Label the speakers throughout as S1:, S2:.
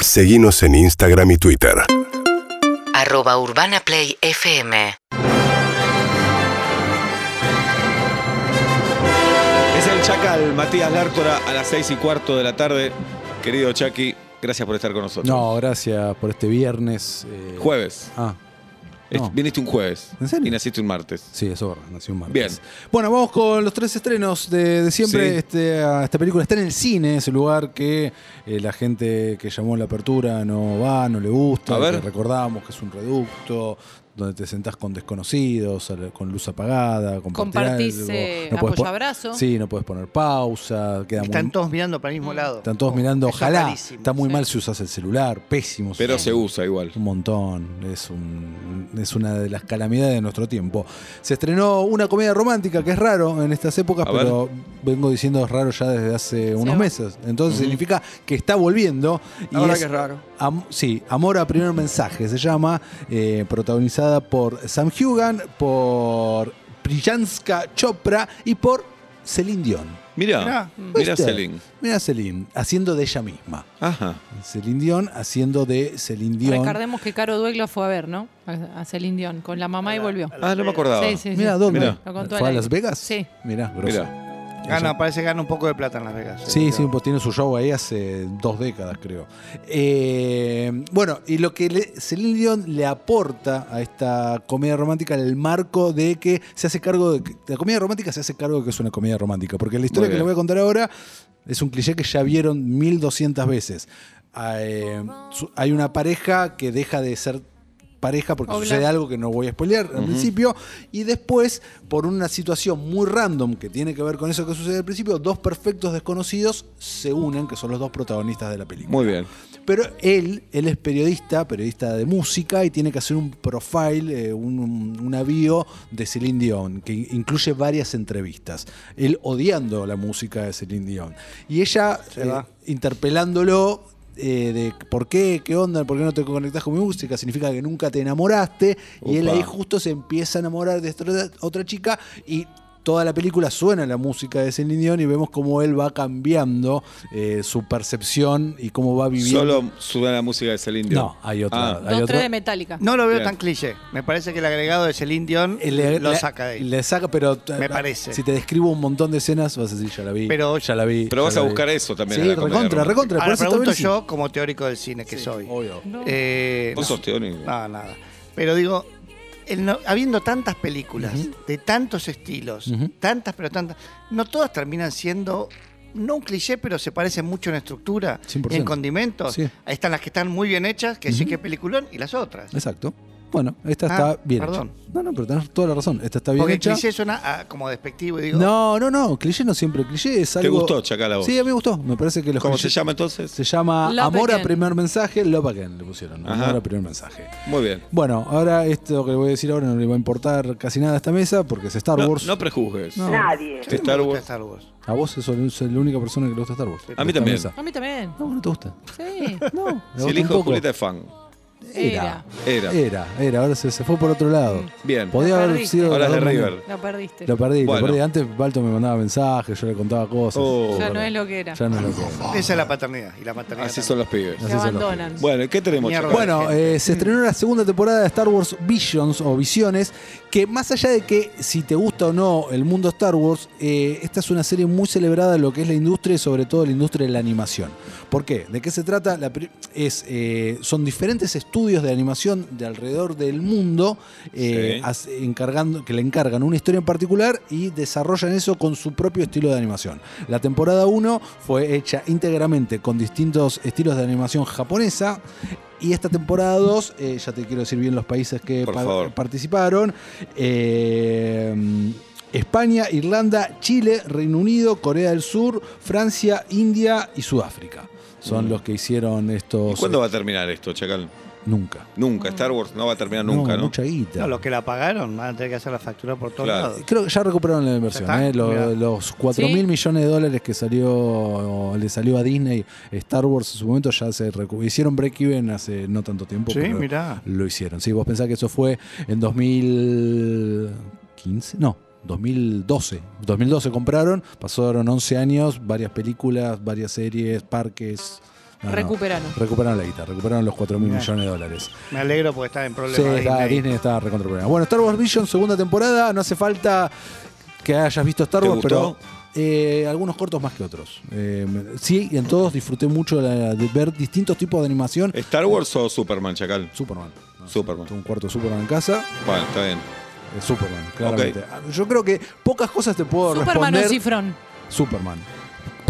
S1: Seguimos en Instagram y Twitter.
S2: arroba urbanaplayfm
S3: Es el Chacal, Matías Lártora, a las seis y cuarto de la tarde. Querido Chaki, gracias por estar con nosotros.
S4: No, gracias por este viernes. eh,
S3: Jueves.
S4: Ah,
S3: Es-
S4: no.
S3: Viniste un jueves.
S4: ¿En serio?
S3: Y naciste un martes.
S4: sí, eso es verdad, nació un martes.
S3: Bien.
S4: Bueno, vamos con los tres estrenos de, de siempre.
S3: Sí.
S4: Este, ah, esta película está en el cine, es el lugar que eh, la gente que llamó en la apertura no va, no le gusta.
S3: A ver.
S4: que Recordamos que es un reducto donde te sentás con desconocidos, al- con luz apagada, compartís
S5: Compartís, eh,
S4: algo, podés pon-
S5: apoyabrazo.
S4: Sí, no puedes poner pausa, queda muy-
S6: Están todos Oh, mirando para el mismo lado.
S4: están todos mirando,
S6: Eso es
S4: ojalá.
S6: rarísimo.
S4: está muy
S5: sí.
S4: mal si usas el celular, pésimo. si
S3: Pero
S4: usás
S3: se usa igual.
S4: Un montón, es, un- es una de las calamidades de nuestro tiempo. Se estrenó una comedia romántica, que es raro en estas épocas,
S3: A ver.
S4: pero vengo diciendo es raro ya desde hace unos
S5: va.
S4: meses. Entonces significa que está volviendo. Y
S6: La verdad
S4: es,
S6: que es raro.
S4: Am- sí, Amor a Primer Mensaje se llama, eh, protagonizada por Sam Hugan, por Priyanska Chopra y por Celine Dion.
S3: Mira, mira
S4: ¿Viste?
S3: Celín.
S4: Mira Celine, haciendo de ella misma.
S3: Ajá.
S4: Celine Dion haciendo de Celine Dion.
S5: Recordemos que Caro Duegla fue a ver, ¿no? A a Celine Dion, con la mamá y volvió.
S3: Ah, no me acordaba.
S5: Sí, sí, sí.
S4: Mira, ¿dónde?
S3: Mirá.
S5: Lo contó
S4: ¿Fue a
S5: al
S4: Las
S5: aire.
S4: Vegas?
S5: Sí.
S4: Mira,
S3: Mira.
S4: Ah,
S6: Gana, parece que gana un poco de plata en Las Vegas.
S4: Sí, sí, pues tiene su show ahí hace dos décadas, creo. Eh, bueno, y lo que le- Celine Dion le aporta a esta comedia romántica en el marco de que se hace cargo de. que- La comedia romántica se hace cargo de que es una comedia romántica. Porque la historia
S3: Muy
S4: que le
S3: bien.
S4: voy a contar ahora es un cliché que ya vieron 1200 veces. Ah, eh, su- hay una pareja que deja de ser pareja porque
S5: Hola.
S4: sucede algo que no voy a spoilear al principio y después por una situación muy random que tiene que ver con eso que sucede al principio dos perfectos desconocidos se unen que son los dos protagonistas de la película
S3: Muy bien.
S4: pero él, él es periodista, periodista de música, y tiene que hacer un profile, eh, un, un- un avío de Celine Dion, que in- incluye varias entrevistas. Él odiando la música de Celine Dion. Y ella eh,
S6: va.
S4: interpelándolo. eh, de por qué, qué onda, por qué no te conectás con mi música, significa que nunca te enamoraste, y él
S3: Upa.
S4: ahí justo se empieza a enamorar de esta otra- otra chica y toda la película suena la música de Celine Dion y vemos cómo él va cambiando eh, su percepción y cómo va viviendo.
S3: Solo suena la música de Celine Dion.
S4: No, hay otra.
S3: Ah,
S4: Hay
S5: Dos,
S4: otro-
S5: tres de Metallica.
S6: No lo veo
S3: Bien.
S6: tan cliché. Me parece que el agregado de Celine Dion
S4: Eh, le-
S6: lo
S4: le-
S6: saca de ahí.
S4: Le saca, pero. eh,
S6: Me parece.
S4: Si te describo un montón de escenas, vas a decir, ya la vi.
S6: Pero-
S4: ya la vi.
S3: pero
S4: ya
S3: vas
S4: la
S3: a
S4: vi".
S3: buscar eso también.
S4: Sí,
S3: en la comedia
S4: recontra,
S3: romántica.
S4: recontra. por
S6: Ahora
S4: eso está
S6: pregunto
S4: buenísimo.
S6: yo como teórico del cine que soy.
S4: Obvio.
S5: No.
S6: Eh,
S3: Vos sos teórico.
S4: Ah,
S6: No, nada. Pero digo, el no- habiendo tantas películas de tantos estilos,
S4: Ujú.
S6: tantas pero tantas, no todas terminan siendo, no un cliché, pero se parecen mucho en estructura,
S4: 100%.
S6: y en condimentos.
S4: Sí.
S6: Ahí están las que están muy bien hechas, que sí que es peliculón, y las otras.
S4: Exacto. Bueno, esta
S6: Ah,
S4: está bien.
S6: perdón.
S4: hecha. No, no, pero tenés toda la razón. Esta está bien
S6: Porque el
S4: hecha.
S6: cliché suena a- como despectivo y digo,
S4: No, no, no. Cliché no siempre. Cliché es
S3: ¿Te
S4: algo.
S3: gustó, Chacal, a vos?
S4: Sí, a mí me gustó. Me parece que los
S3: ¿Cómo se
S4: clichés-
S3: llama entonces?
S4: Se llama
S5: Love
S4: Amor a
S5: Again.
S4: primer mensaje, Love Again le pusieron.
S3: Ajá.
S4: Amor a primer mensaje.
S3: Muy bien.
S4: Bueno, ahora esto que le voy a decir ahora no le va a importar casi nada a esta mesa porque es Star
S3: No,
S4: Wars.
S3: no prejuzgues.
S4: No.
S7: Nadie.
S3: Star
S6: me gusta
S3: Wars.
S6: Star Wars.
S4: A vos sos, sos la única persona que le gusta Star Wars.
S3: A mí
S4: De esta
S3: también.
S4: mesa.
S5: A mí también.
S4: No, no te gusta.
S5: Sí.
S4: No.
S3: Si el hijo de Julieta es fan.
S4: era.
S3: Era.
S4: Era. Era, ahora se, se fue por otro lado.
S3: Bien.
S4: Podía
S5: Lo
S4: haber
S5: perdiste.
S4: sido.
S3: Ahora es de
S4: las dos
S3: River.
S4: maneras.
S5: La perdiste.
S4: Lo perdí,
S3: Bueno.
S4: lo perdí. Antes Balto me mandaba mensajes, yo le contaba cosas.
S3: Oh.
S5: Ya no es lo que era.
S4: Ya no es lo que era.
S6: Esa es la paternidad. Y la paternidad.
S3: Así
S6: también.
S3: son los pibes.
S4: No
S5: Se
S4: sé si son los
S5: abandonan.
S3: Bueno, ¿y ¿qué tenemos?
S6: Mierda.
S3: Chacal?
S4: Bueno, eh, se estrenó la segunda temporada de Star Wars Visions o Visiones, que más allá de que si te gusta o no el mundo Star Wars, eh, esta es una serie muy celebrada en lo que es la industria y sobre todo la industria de la animación. ¿Por qué? ¿De qué se trata? La pri- es, eh, son diferentes estudios de animación de alrededor del mundo eh,
S3: Sí.
S4: as- encargando, que le encargan una historia en particular y desarrollan eso con su propio estilo de animación. La temporada 1 fue hecha íntegramente con distintos estilos de animación japonesa. Y esta temporada 2, eh, ya te quiero decir bien los países que
S3: Por
S4: pa-
S3: favor.
S4: participaron. eh, España, Irlanda, Chile, Reino Unido, Corea del Sur, Francia, India y Sudáfrica. Son los que hicieron
S3: Mm. ¿Y
S4: estos.
S3: cuándo va a terminar esto, Chacal?
S4: Nunca.
S3: Nunca. Star Wars no va a terminar nunca, ¿no?
S4: Mucha guita.
S6: No, los que la pagaron van a tener que hacer la factura por todos
S3: Claro.
S6: lados.
S4: Creo que ya recuperaron la inversión.
S6: Ya está,
S4: ¿eh? Lo-
S6: mirá.
S4: los 4 mil
S5: Sí.
S4: millones de dólares que salió le salió a Disney Star Wars en su momento ya se recu- hicieron break-even hace no tanto tiempo.
S6: Sí,
S4: pero
S6: mirá.
S4: Lo hicieron. Sí, vos pensás que eso fue en 2015. No. 2012. 2012 compraron, pasaron 11 años, varias películas, varias series, parques, No, no.
S5: Recuperaron.
S4: Recuperaron la guita, recuperaron los 4 mil
S6: Bien.
S4: millones de dólares.
S6: Me alegro porque estaba en problemas.
S4: Sí, está,
S6: Disney.
S4: Disney está recontra problema. Bueno, Star Wars Vision, segunda temporada. No hace falta que hayas visto Star
S3: ¿Te
S4: Wars,
S3: gustó?
S4: pero eh, algunos cortos más que otros. Eh, me- sí, en todos disfruté mucho la- de ver distintos tipos de animación.
S3: ¿Star Wars o Superman, Chacal?
S4: Superman. No,
S3: Eh, Superman.
S4: Tengo un cuarto de Superman en casa.
S3: Bueno, está bien.
S4: eh, Superman, claramente. Ah, Yo creo que pocas cosas te puedo
S5: Superman o
S4: responder.
S5: Cifrón.
S4: Superman.
S3: Y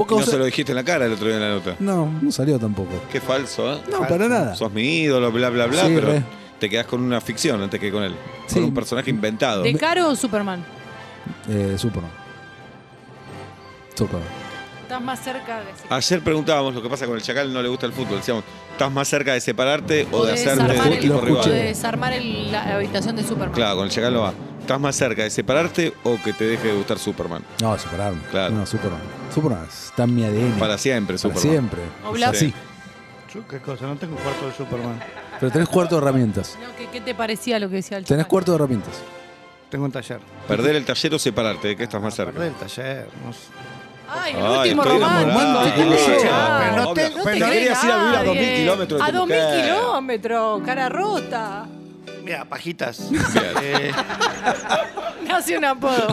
S4: Pocas
S3: no se
S4: cosas.
S3: lo dijiste en la cara el otro día en la nota.
S4: No, no salió tampoco.
S3: Qué falso, ¿eh?
S4: No, para nada.
S3: Sos mi ídolo, bla, bla, bla,
S4: Sí,
S3: pero
S4: re.
S3: te quedás con una ficción antes que con él.
S4: Sí.
S3: Con un personaje inventado.
S5: ¿De Caro o Superman?
S4: Eh, Superman. Superman.
S5: Estás más cerca de
S3: Ayer preguntábamos lo que pasa con el Chacal, no le gusta el fútbol. Decíamos, ¿estás más cerca de separarte o de
S5: de
S3: hacerte del
S5: desarmar, el,
S4: Lo
S3: equipo
S5: o
S3: rival?
S4: escuché.
S5: de desarmar el- la habitación de Superman.
S3: Claro, con el Chacal no va. ¿Estás más cerca de separarte o que te deje de gustar Superman?
S4: No, Superman.
S3: Claro.
S4: No, Superman. Superman está en mi ADN.
S3: Para siempre,
S4: Para
S3: Superman.
S4: siempre.
S5: Oblap.
S4: Sí.
S6: Yo, ¿Qué cosa? No tengo cuarto de Superman.
S4: Pero tenés cuarto de herramientas.
S5: No, ¿qué, qué te parecía lo que decía el
S4: Tenés
S5: chaval?
S4: cuarto de herramientas.
S6: Tengo un taller.
S3: Perder el taller o separarte, ¿de qué estás más
S6: Ah,
S3: cerca?
S6: perdé el taller. No sé.
S5: Ay, el
S3: Ay,
S5: último
S3: estoy
S5: romántico.
S3: enamorado.
S4: Romántico, no sé.
S5: Ah,
S6: Pero no te-
S5: no te
S6: pero no
S5: crees
S3: querías ir a vivir a
S5: nadie.
S3: 2000 kilómetros de
S5: A
S3: tu
S5: 2000
S3: mujer.
S5: kilómetros, cara rota.
S6: Mira, pajitas.
S3: Bien.
S6: Eh,
S5: Nace un apodo.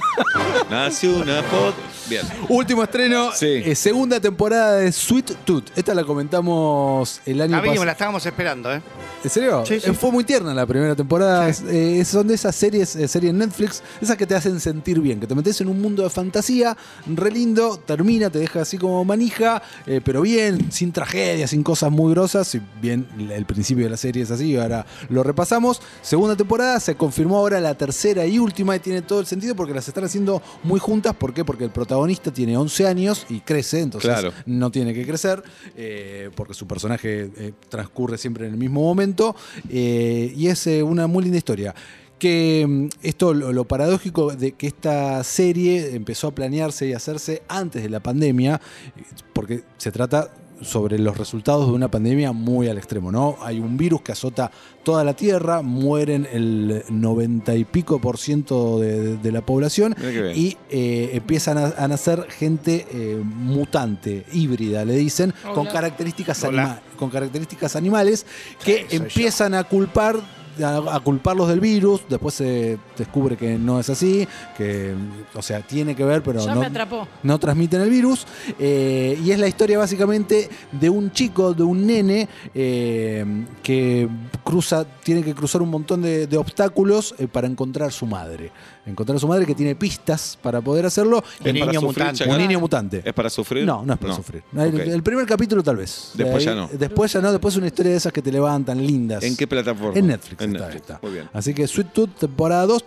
S3: Nace una pod. Bien.
S4: Último estreno.
S3: Sí.
S4: eh, segunda temporada de Sweet Tooth. Esta la comentamos el año
S6: la vimos, la
S4: pasado.
S6: estábamos esperando, ¿eh?
S4: ¿En serio?
S6: Sí, sí.
S4: Eh, Fue muy tierna la primera temporada. Eh, son de esas series, eh, series Netflix, esas que te hacen sentir bien, que te metes en un mundo de fantasía, re lindo, termina, te deja así como manija, eh, pero bien, sin tragedias, sin cosas muy grosas. Si bien la- el principio de la serie es así, ahora lo repasamos. Segunda temporada, se confirmó ahora la tercera y última y tiene todo el sentido porque las están haciendo muy juntas. ¿Por qué? Porque el protagonista tiene 11 años y crece, entonces
S3: Claro.
S4: no tiene que crecer, eh, porque su personaje eh, transcurre siempre en el mismo momento, eh, y es eh, una muy linda historia. Que mm, esto, lo, lo paradójico de que esta serie empezó a planearse y a hacerse antes de la pandemia, eh, porque se trata sobre los resultados de una pandemia muy al extremo, ¿no? Hay un virus que azota toda la Tierra, mueren el 90 y pico por ciento de- de la población
S3: Mirá qué bien.
S4: y eh, empiezan a, a nacer gente eh, mutante, híbrida, le dicen, con
S5: Hola.
S4: características,
S6: Hola.
S4: anima- con características animales que
S6: Sí, soy
S4: empiezan a culpar a, a culparlos del virus, después se descubre que no es así, que o sea, tiene que ver, pero
S5: ya
S4: no,
S5: me atrapó.
S4: no transmiten el virus. eh, y es la historia básicamente de un chico, de un nene, eh, que cruza, tiene que cruzar un montón de, de obstáculos eh, para encontrar su madre. Encontrar a su madre que tiene pistas para poder hacerlo.
S3: ¿Es
S6: niño
S3: para sufrir,
S6: mutante.
S3: Chacal?
S4: Un niño mutante.
S3: ¿Es para sufrir?
S4: No, no es para sufrir. El,
S3: Ok.
S4: el primer capítulo tal vez. De
S3: Después
S4: ahí-
S3: ya no.
S4: Después ya no, después es una historia de esas que te levantan lindas.
S3: ¿En qué plataforma?
S4: En Netflix.
S3: En
S4: está,
S3: Netflix.
S4: está.
S3: Muy bien.
S4: Así que Sweet Tooth, temporada 2,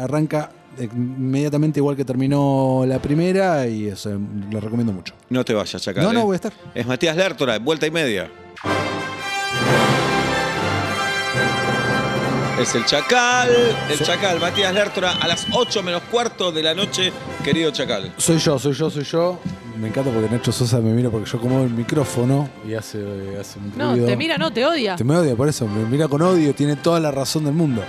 S4: arranca eh, inmediatamente igual que terminó la primera y eso eh, lo recomiendo mucho.
S3: No te vayas, Chacal.
S4: No, no,
S3: ¿eh?
S4: voy a estar.
S3: Es Matías Lártora, vuelta y media. Es el Chacal, el Chacal, Matías Lártora, a las 8 menos cuarto de la noche, querido Chacal.
S4: Soy yo, soy yo, soy yo. Me encanta porque Nacho Sosa me mira porque yo como el micrófono y hace, eh, hace un
S5: No,
S4: ruido.
S5: te mira, no, te odia.
S4: Te me odia por eso, me mira con odio, tiene toda la razón del mundo.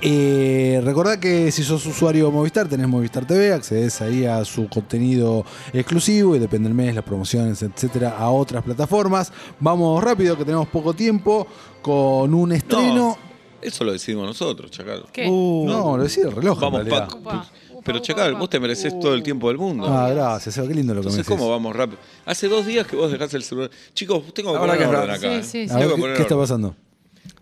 S4: Eh, recordá que si sos usuario de Movistar, tenés Movistar TV, accedes ahí a su contenido exclusivo y depende del mes, las promociones, etcétera, a otras plataformas. Vamos rápido, que tenemos poco tiempo, con un estreno.
S3: Eso lo decidimos nosotros, Chacal.
S5: ¿Qué?
S4: Uh, no, lo decía el reloj. en
S3: Vamos,
S4: realidad.
S3: Paco.
S5: Upa, upa,
S3: Pero
S5: upa,
S3: Chacal,
S5: upa. Uh.
S3: vos te mereces todo el tiempo del mundo.
S4: Ah, gracias, Seba, qué lindo lo que
S3: Entonces,
S4: me decís.
S3: ¿cómo vamos rápido? Hace dos días que vos dejás el celular. Chicos, tengo que
S7: Ahora
S3: poner
S7: que es
S3: orden
S7: raro.
S3: acá.
S5: Sí,
S3: ¿eh?
S5: sí, sí.
S4: A ver,
S3: Tengo que
S4: ¿qué,
S3: poner
S4: qué está
S3: orden.
S4: pasando?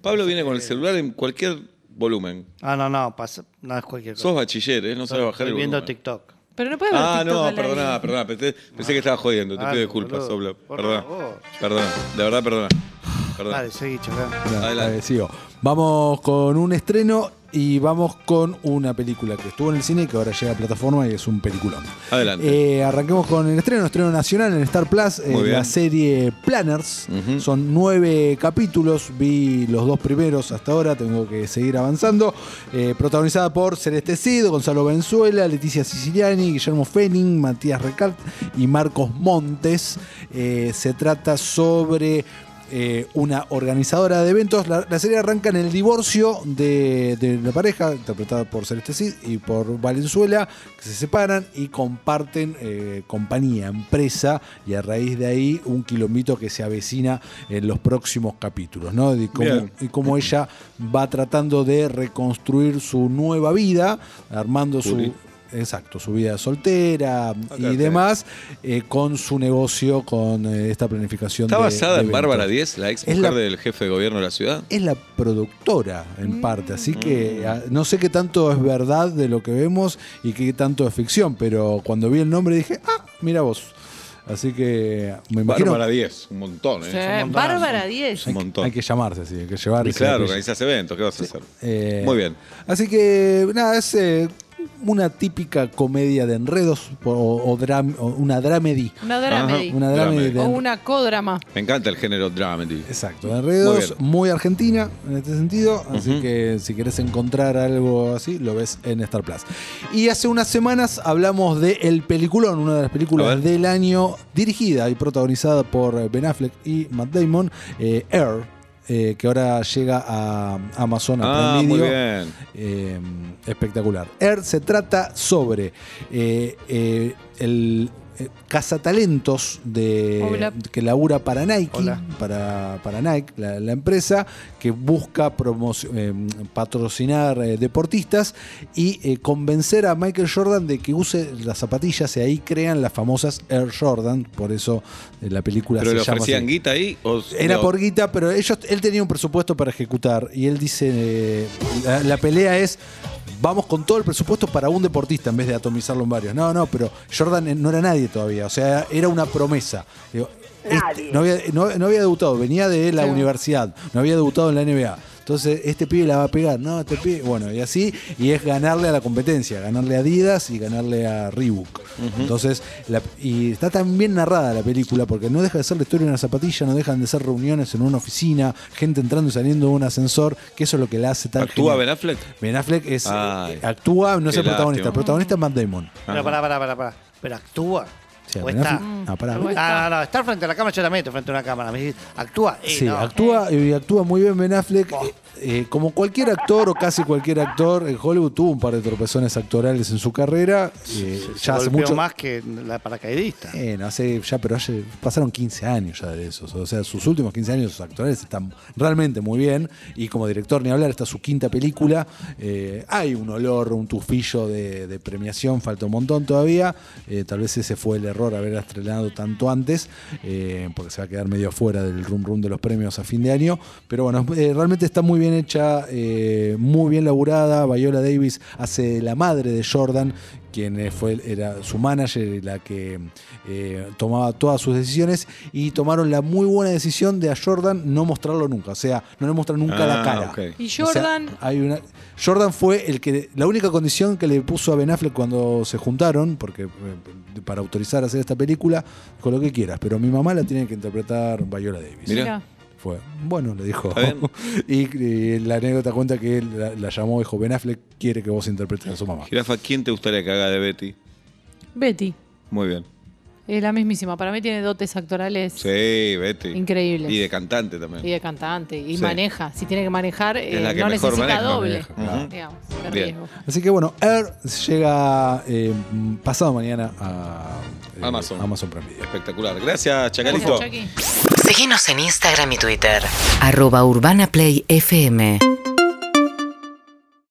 S3: Pablo viene con el celular en cualquier volumen.
S6: Ah, no, no, pasa, no es cualquier cosa.
S3: Sos bachiller, ¿eh? No sabes
S6: Estoy-
S3: bajar el
S6: Estoy viendo
S3: volumen.
S6: TikTok.
S5: Pero no puede ver
S3: Ah,
S5: TikTok
S3: no,
S5: al aire.
S3: perdoná, perdoná. Pensé, pensé que estaba jodiendo. Te
S6: Ah,
S3: pido disculpas,
S6: boludo.
S3: Sobla.
S6: Por
S3: Perdona.
S6: favor.
S3: Perdona. De verdad, perdona. Perdona.
S6: Dale, seguí, chacal.
S4: Ya,
S3: Adelante.
S4: eh, sigo. Vamos con un estreno y vamos con una película que estuvo en el cine y que ahora llega a plataforma y es un peliculón.
S3: Adelante.
S4: Eh, arranquemos con el estreno, estreno nacional en Star Plus, eh,
S3: Muy bien.
S4: la serie Planners.
S3: Ujú.
S4: Son nueve capítulos, vi los dos primeros hasta ahora, tengo que seguir avanzando. Eh, protagonizada por Celeste Cid, Gonzalo Benzuela, Leticia Siciliani, Guillermo Fenning, Matías Recart y Marcos Montes. Eh, se trata sobre eh, una organizadora de eventos. La, la serie arranca en el divorcio de, de la pareja, interpretada por Celeste Cid y por Valenzuela, que se separan y comparten eh, compañía, empresa, y a raíz de ahí un quilombito que se avecina en los próximos capítulos, ¿no? De cómo-
S3: Bien.
S4: y cómo ella va tratando de reconstruir su nueva vida, armando
S3: Juli.
S4: su... Exacto, su vida soltera y
S3: tenés.
S4: demás, eh, con su negocio, con eh, esta planificación.
S3: ¿Está
S4: de-
S3: basada
S4: de
S3: en Bárbara
S4: eventos.
S3: Díez, la ex
S4: Es
S3: mujer
S4: la-
S3: del jefe de gobierno de la ciudad?
S4: Es la productora, en parte, así
S3: Mm.
S4: que a- no sé qué tanto es verdad de lo que vemos y qué tanto es ficción, pero cuando vi el nombre dije, ah, mira vos. Así que me imagino
S3: Bárbara Díez, un montón, ¿eh?
S5: Sí,
S3: Es un montón.
S5: Bárbara 10.
S3: un montón.
S4: hay que llamarse, sí, hay que llevar.
S3: Y
S4: ese
S3: claro,
S4: apellido.
S3: organizas eventos, ¿qué vas a hacer?
S4: Eh,
S3: Muy bien.
S4: Así que, nada, es eh, una típica comedia de enredos o, o dram- o una dramedy.
S5: Una dramedy.
S3: Ajá.
S4: Una dramedy.
S3: Dramedy.
S4: de-
S5: O una codrama.
S3: Me encanta el género dramedy.
S4: Exacto, de enredos,
S3: Muy
S4: muy, argentina en este sentido, así que si querés encontrar algo así, lo ves en Star Plus. Y hace unas semanas hablamos de El Peliculón, una de las
S3: A
S4: películas
S3: ver.
S4: del año, dirigida y protagonizada por eh, Ben Affleck y Matt Damon, eh, Air, eh, que ahora llega a Amazon a
S3: Ah,
S4: Prime
S3: muy
S4: Video.
S3: bien.
S4: Eh, espectacular. Air se trata sobre eh, eh, el eh, cazatalentos de,
S5: Hola.
S4: que labura para Nike,
S6: Hola.
S4: para, para Nike, la, la empresa que busca promocio- eh, patrocinar eh, deportistas y eh, convencer a Michael Jordan de que use las zapatillas y ahí crean las famosas Air Jordan, por eso eh, la película
S3: ¿Pero
S4: se
S3: le
S4: llama así.
S3: ofrecían guita ahí? o-
S4: Era
S3: no?
S4: por guita, pero ellos, él tenía un presupuesto para ejecutar y él dice, eh, la, la pelea es, vamos con todo el presupuesto para un deportista en vez de atomizarlo en varios. No, no, pero Jordan eh, no era nadie todavía, o sea, era una promesa. Digo, este, no, había, no- no había debutado, venía de la
S5: Claro.
S4: universidad, no había debutado en la NBA. Entonces, este pibe la va a pegar, no, este pibe, bueno, y así, y es ganarle a la competencia, ganarle a Adidas y ganarle a Reebok. Entonces, la- y está tan bien narrada la película, porque no deja de ser la historia de una zapatilla, no dejan de ser reuniones en una oficina, gente entrando y saliendo de un ascensor, que eso es lo que la hace tan
S3: ¿Actúa Ben
S4: genial.
S3: Affleck?
S4: Ben Affleck es,
S3: Ay,
S4: eh, actúa, no es
S3: qué
S4: el protagonista, el
S3: lástima.
S4: protagonista es Matt Damon.
S6: Pero pará, pará, pará, pará. Pero actúa.
S4: O sea,
S6: o
S4: Ben
S6: está.
S4: Affleck- no, pará.
S5: Bueno.
S6: Ah, no, no, estar frente a la cámara yo también estoy frente a una cámara. Me dice, actúa. Eh,
S4: Sí,
S6: no.
S4: actúa, y actúa muy bien Ben Affleck. Eh, eh, como cualquier actor o casi cualquier actor, en Hollywood tuvo un par de tropezones actorales en su carrera. eh,
S6: Se
S4: ya hace
S6: golpeó
S4: mucho.
S6: más que la paracaidista.
S4: Eh, no hace ya, pero hace- pasaron 15 años ya de esos. O sea, sus últimos 15 años, sus actores están realmente muy bien. Y como director, ni hablar, esta es su quinta película. Eh, hay un olor, un tufillo de, de premiación, falta un montón todavía. Eh, tal vez ese fue el error, haber estrenado tanto antes, eh, porque se va a quedar medio fuera del rum rum de los premios a fin de año. Pero bueno, eh, realmente está muy bien hecha, eh, muy bien laburada. Viola Davis hace la madre de Jordan, quien eh, fue era su manager y la que eh, tomaba todas sus decisiones y tomaron la muy buena decisión de a Jordan no mostrarlo nunca, o sea, no le muestran nunca la
S3: Ah,
S4: cara.
S3: ok.
S5: Y
S4: O sea, ah,
S5: Jordan.
S4: hay una- Jordan fue el que la única condición que le puso a Ben Affleck cuando se juntaron, porque eh, para autorizar a hacer esta película, con lo que quieras, pero mi mamá la tiene que interpretar Viola Davis.
S3: Mirá.
S5: Mira.
S4: Fue, bueno, le dijo.
S3: Está bien.
S4: y, y la anécdota cuenta que él la, la llamó y dijo, Ben Affleck quiere que vos interpretes a su mamá.
S3: Jirafa, ¿quién te gustaría que haga de Betty?
S5: Betty.
S3: Muy bien.
S5: Es la mismísima. Para mí tiene dotes actorales
S3: Sí, Betty.
S5: increíbles.
S3: Y de cantante también.
S5: Y de cantante. Y
S3: Sí.
S5: maneja. Si tiene que manejar, eh,
S3: la que
S5: no
S3: mejor
S5: necesita
S3: maneja.
S5: doble.
S4: Maneja, claro.
S5: Digamos, de
S3: Bien.
S5: riesgo.
S4: Así que bueno, Air llega eh, pasado mañana a eh,
S3: Amazon.
S4: Amazon Prime Video.
S3: Espectacular. Gracias, Chacalito.
S5: Gracias, Chucky.
S2: Seguinos en Instagram y Twitter. Arroba Urbana Play FM